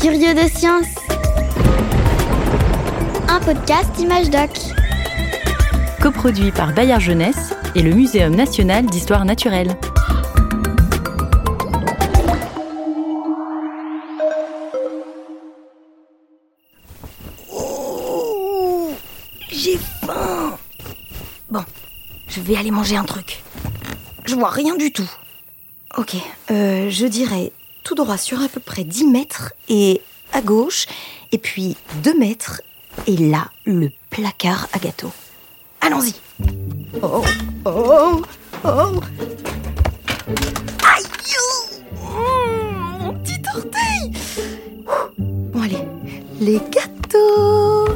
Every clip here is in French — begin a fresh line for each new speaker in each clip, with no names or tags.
Curieux de science. Un podcast Image Doc.
Coproduit par Bayard Jeunesse et le Muséum national d'histoire naturelle.
Oh, J'ai faim. Bon, je vais aller manger un truc. Je vois rien du tout. Ok, euh, je dirais tout droit sur à peu près 10 mètres et à gauche, et puis 2 mètres, et là, le placard à gâteau. Allons-y. Oh, oh, oh. Aïe oh, Mon petit orteil Ouh. Bon allez, les gâteaux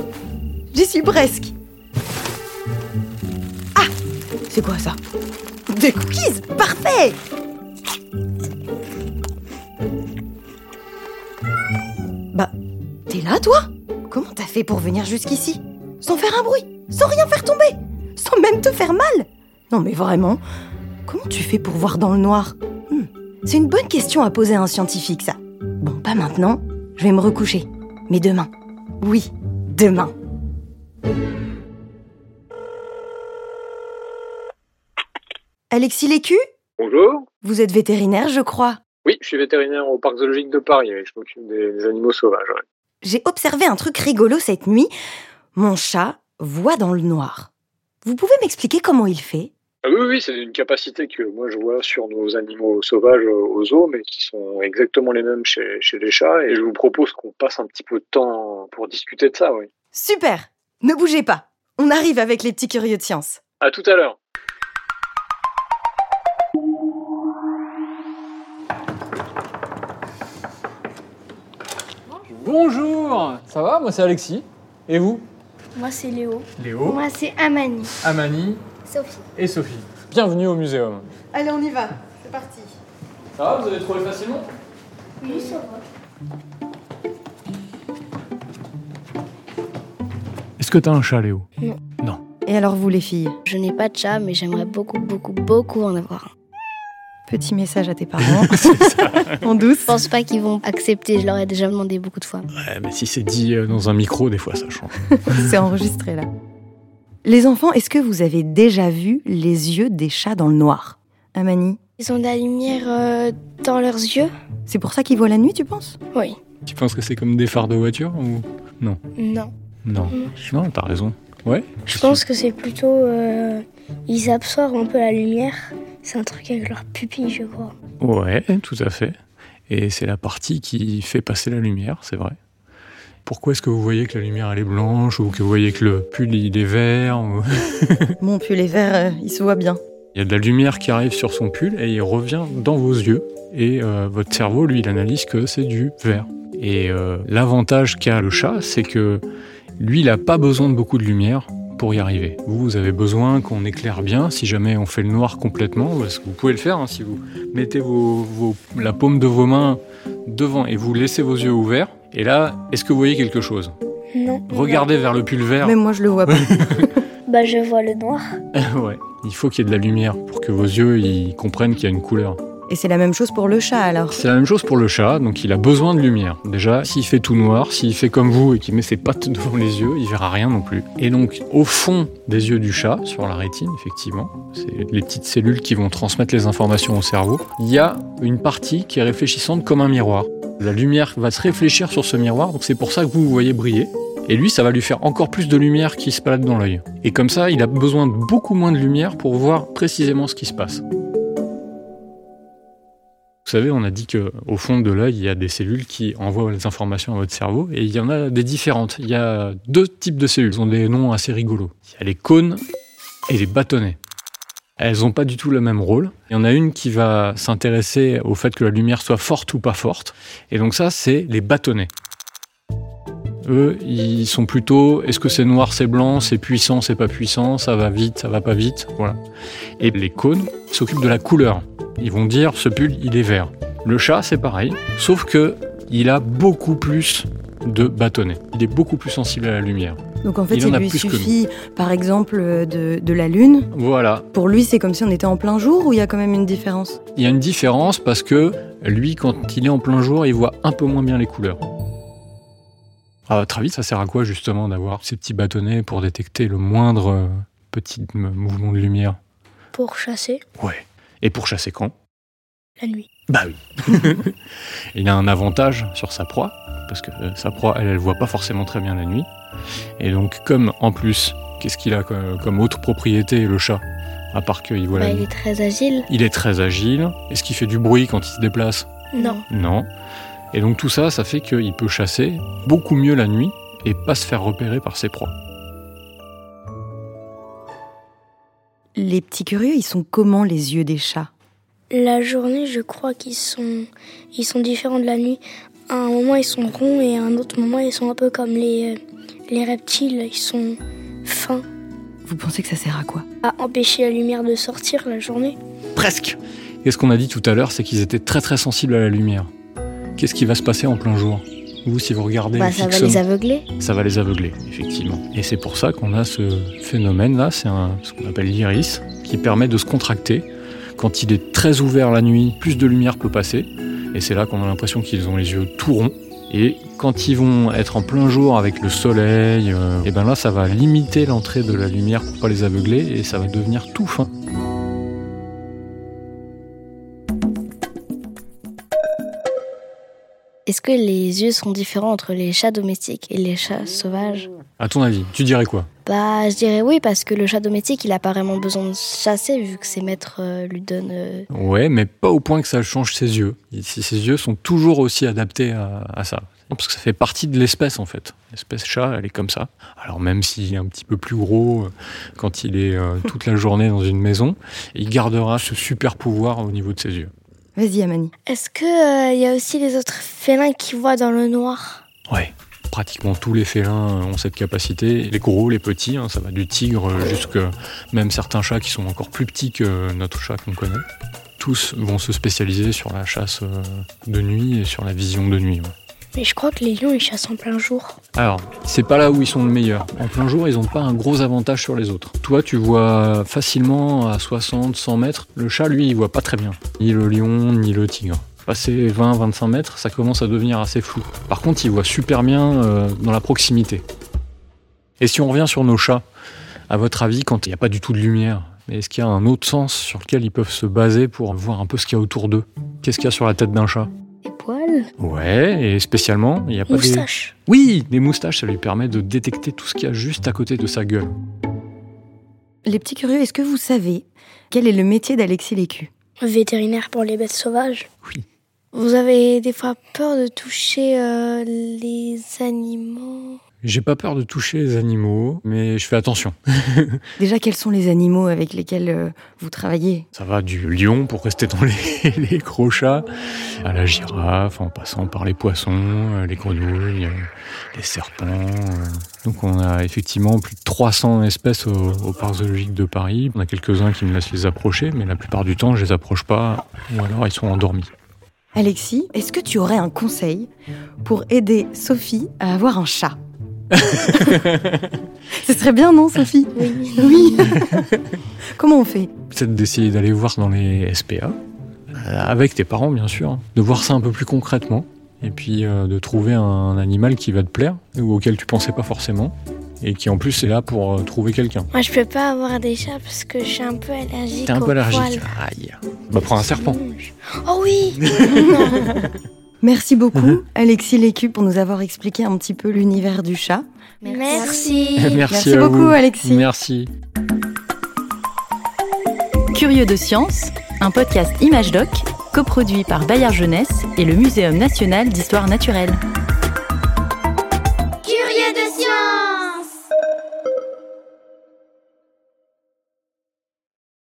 J'y suis presque Ah C'est quoi ça Des cookies Parfait Bah, t'es là toi Comment t'as fait pour venir jusqu'ici Sans faire un bruit Sans rien faire tomber Sans même te faire mal Non mais vraiment Comment tu fais pour voir dans le noir Hmm, C'est une bonne question à poser à un scientifique ça. Bon, pas maintenant, je vais me recoucher. Mais demain. Oui, demain. Alexis Lécu
Bonjour.
Vous êtes vétérinaire, je crois.
Oui, je suis vétérinaire au parc zoologique de Paris et je m'occupe des, des animaux sauvages. ouais.
J'ai observé un truc rigolo cette nuit. Mon chat voit dans le noir. Vous pouvez m'expliquer comment il fait
Ah oui, oui, oui, c'est une capacité que moi je vois sur nos animaux sauvages euh, aux zoo, mais qui sont exactement les mêmes chez, chez les chats. Et je vous propose qu'on passe un petit peu de temps pour discuter de ça, oui.
Super Ne bougez pas On arrive avec les petits curieux de science.
À tout à l'heure.
Bonjour Ça va Moi c'est Alexis. Et vous
Moi, c'est Léo.
Léo,
Moi, c'est Amani.
Amani
Sophie.
et Sophie. Bienvenue au muséum.
Allez, on y va. C'est parti.
Ça va Vous avez trouvé facilement
Est-ce que t'as un chat, Léo
Et alors vous les filles
Je n'ai pas de chat, mais j'aimerais beaucoup, beaucoup, beaucoup en avoir un.
Petit message à tes parents. en douce.
Je pense pas qu'ils vont accepter, je leur ai déjà demandé beaucoup de fois.
Ouais, mais si c'est dit euh, dans un micro, des fois ça change.
C'est enregistré là. Les enfants, est-ce que vous avez déjà vu les yeux des chats dans le noir Amani,
Ils ont de la lumière euh, dans leurs yeux
c'est pour ça qu'ils voient la nuit, tu penses
Oui.
Tu penses que c'est comme des phares de voiture ou
Non.
Non. Non, t'as raison. Ouais
Hmm. Je pense que c'est plutôt. euh, ils absorbent un peu la lumière. C'est un truc avec leurs pupilles, je crois.
Ouais, tout à fait. Et c'est la partie qui fait passer la lumière, c'est vrai. Pourquoi est-ce que vous voyez que la lumière elle est blanche ou que vous voyez que le pull il est vert ou-
Mon pull est vert, euh, il se voit bien.
Il y a de la lumière qui arrive sur son pull et il revient dans vos yeux. Et euh, votre cerveau, lui, il analyse que c'est du vert. Et euh, l'avantage qu'a le chat, c'est que lui, il n'a pas besoin de beaucoup de lumière pour y arriver. Vous, vous avez besoin qu'on éclaire bien. Si jamais on fait le noir complètement, parce que vous pouvez le faire hein, si vous mettez vos- vos- la paume de vos mains devant et vous laissez vos yeux ouverts. Et là, est-ce que vous voyez quelque chose
Non.
Regardez vers le pull vert.
Même moi, je le vois pas.
Bah, je vois le noir.
ouais. Il faut qu'il y ait de la lumière pour que vos yeux ils comprennent qu'il y a une couleur.
Et c'est la même chose pour le chat alors.
C'est la même chose pour le chat, donc il a besoin de lumière. Déjà, s'il fait tout noir, s'il fait comme vous et qu'il met ses pattes devant les yeux, il verra rien non plus. Et donc, au fond des yeux du chat, sur la rétine, effectivement, c'est les petites cellules qui vont transmettre les informations au cerveau, il y a une partie qui est réfléchissante comme un miroir. La lumière va se réfléchir sur ce miroir, donc c'est pour ça que vous vous voyez briller. Et lui, ça va lui faire encore plus de lumière qui se balade dans l'œil. Et comme ça, il a besoin de beaucoup moins de lumière pour voir précisément ce qui se passe. Vous savez, on a dit que au fond de l'œil, il y a des cellules qui envoient les informations à votre cerveau, et il y en a des différentes. Il y a deux types de cellules, elles ont des noms assez rigolos. Il y a les cônes et les bâtonnets. Elles n'ont pas du tout le même rôle. Il y en a une qui va s'intéresser au fait que la lumière soit forte ou pas forte, et donc ça, c'est les bâtonnets. Eux, ils sont plutôt est-ce que c'est noir, c'est blanc, c'est puissant, c'est pas puissant, ça va vite, ça va pas vite, voilà. Et les cônes s'occupent de la couleur. Ils vont dire ce pull il est vert. Le chat c'est pareil, sauf que il a beaucoup plus de bâtonnets. Il est beaucoup plus sensible à la lumière.
Donc en fait,
Il
il,
en a
lui
plus que nous.
suffit, par exemple, euh, de, de la lune.
Voilà,
Pour lui, c'est comme si on était en plein jour ou il y a quand même une différence
il y a une différence parce que lui quand il est en plein jour, il voit un peu moins bien les couleurs. À votre avis, ça sert à quoi justement d'avoir ces petits bâtonnets pour détecter le moindre euh, petit m- mouvement de lumière
Pour chasser
Ouais. Et pour chasser quand
la nuit.
Bah oui. il a un avantage sur sa proie, parce que euh, sa proie, elle, elle voit pas forcément très bien la nuit. Et donc, comme en plus, qu'est-ce qu'il a comme, comme autre propriété, le chat À part qu'il voit
Bah,
la
il
nuit.
est très agile.
Il est très agile. Est-ce qu'il fait du bruit quand il se déplace
Non.
Non. Et donc, tout ça, ça fait qu'il peut chasser beaucoup mieux la nuit et pas se faire repérer par ses proies.
Les petits curieux, ils sont comment les yeux des chats
La journée, je crois qu'ils sont, ils sont différents de la nuit. À un moment, ils sont ronds et à un autre moment, ils sont un peu comme les, euh, les reptiles. Ils sont fins
Vous pensez que ça sert à quoi
à empêcher la lumière de sortir la journée.
Presque Et ce qu'on a dit tout à l'heure, c'est qu'ils étaient très très sensibles à la lumière. Qu'est-ce qui va se passer en plein jour Vous, si vous regardez
Bah, ça va
fixement-
les aveugler.
ça va les aveugler, effectivement. Et c'est pour ça qu'on a ce phénomène-là, c'est un- ce qu'on appelle l'iris, qui permet de se contracter. Quand il est très ouvert la nuit, plus de lumière peut passer, et c'est là qu'on a l'impression qu'ils ont les yeux tout ronds. Et quand ils vont être en plein jour avec le soleil, et ben là, ça va limiter l'entrée de la lumière pour pas les aveugler, et ça va devenir tout fin.
Est-ce que les yeux sont différents entre les chats domestiques et les chats sauvages
À ton avis, tu dirais quoi
Bah, je dirais oui, parce que le chat domestique, il a pas vraiment besoin de chasser, vu que ses maîtres euh, lui donnent. euh,
Ouais, mais pas au point que ça change ses yeux. Si ses yeux sont toujours aussi adaptés à, à ça. Parce que ça fait partie de l'espèce en fait. L'espèce chat, elle est comme ça. Alors même s'il est un petit peu plus gros euh, quand il est euh, toute la journée dans une maison, il gardera ce super pouvoir au niveau de ses yeux.
Vas-y, Amani.
Est-ce qu'il y a aussi les autres félins qui voient dans le noir
Ouais. Pratiquement tous les félins ont cette capacité. Les gros, les petits, hein, ça va du tigre euh, jusqu'à même certains chats qui sont encore plus petits que notre chat qu'on connaît. Tous vont se spécialiser sur la chasse euh, de nuit et sur la vision de nuit. ouais.
Mais je crois que les lions, ils chassent en plein jour.
Alors, c'est pas là où ils sont le meilleur. En plein jour, ils n'ont pas un gros avantage sur les autres. Toi, tu vois facilement à 60, 100 mètres. Le chat, lui, il voit pas très bien. Ni le lion, ni le tigre. Passé 20, 25 mètres, ça commence à devenir assez flou. Par contre, il voit super bien euh, dans la proximité. Et si on revient sur nos chats, à votre avis, quand il n'y a pas du tout de lumière, est-ce qu'il y a un autre sens sur lequel ils peuvent se baser pour voir un peu ce qu'il y a autour d'eux Qu'est-ce qu'il y a sur la tête d'un chat
Les poils
Ouais, et spécialement, il n'y a pas des...
Moustache
Oui, les moustaches, ça lui permet de détecter tout ce qu'il y a juste à côté de sa gueule.
Les petits curieux, est-ce que vous savez quel est le métier d'Alexis Lécu
Vétérinaire pour les bêtes sauvages
Oui.
Vous avez des fois peur de toucher euh, les animaux
J'ai pas peur de toucher les animaux, mais je fais attention.
Déjà, quels sont les animaux avec lesquels euh, vous travaillez
Ça va du lion pour rester dans les, les gros chats, à la girafe, en passant par les poissons, euh, les grenouilles, euh, les serpents. euh. Donc on a effectivement plus de 300 espèces au, au parc zoologique de Paris. On a quelques-uns qui me laissent les approcher, mais la plupart du temps je les approche pas, ou alors ils sont endormis.
Alexis, est-ce que tu aurais un conseil pour aider Sophie à avoir un chat Ce serait bien, non, Sophie
Oui.
Oui. Comment on fait
peut-être d'essayer d'aller voir dans les SPA, euh, avec tes parents bien sûr, hein. de voir ça un peu plus concrètement, et puis euh, de trouver un animal qui va te plaire, ou auquel tu pensais pas forcément, et qui en plus est là pour euh, trouver quelqu'un.
Moi, je peux pas avoir des chats parce que je suis un peu allergique.
T'es un
aux
peu allergique.
poils.
Aïe. Bah prends un serpent.
Oh oui
Merci beaucoup,
Mhm.
Alexis Lécu, pour nous avoir expliqué un petit peu l'univers du chat.
Merci.
Merci, à
beaucoup,
vous.
Alexis.
Merci.
Curieux de science, un podcast Image Doc, coproduit par Bayard Jeunesse et le Muséum national d'histoire naturelle.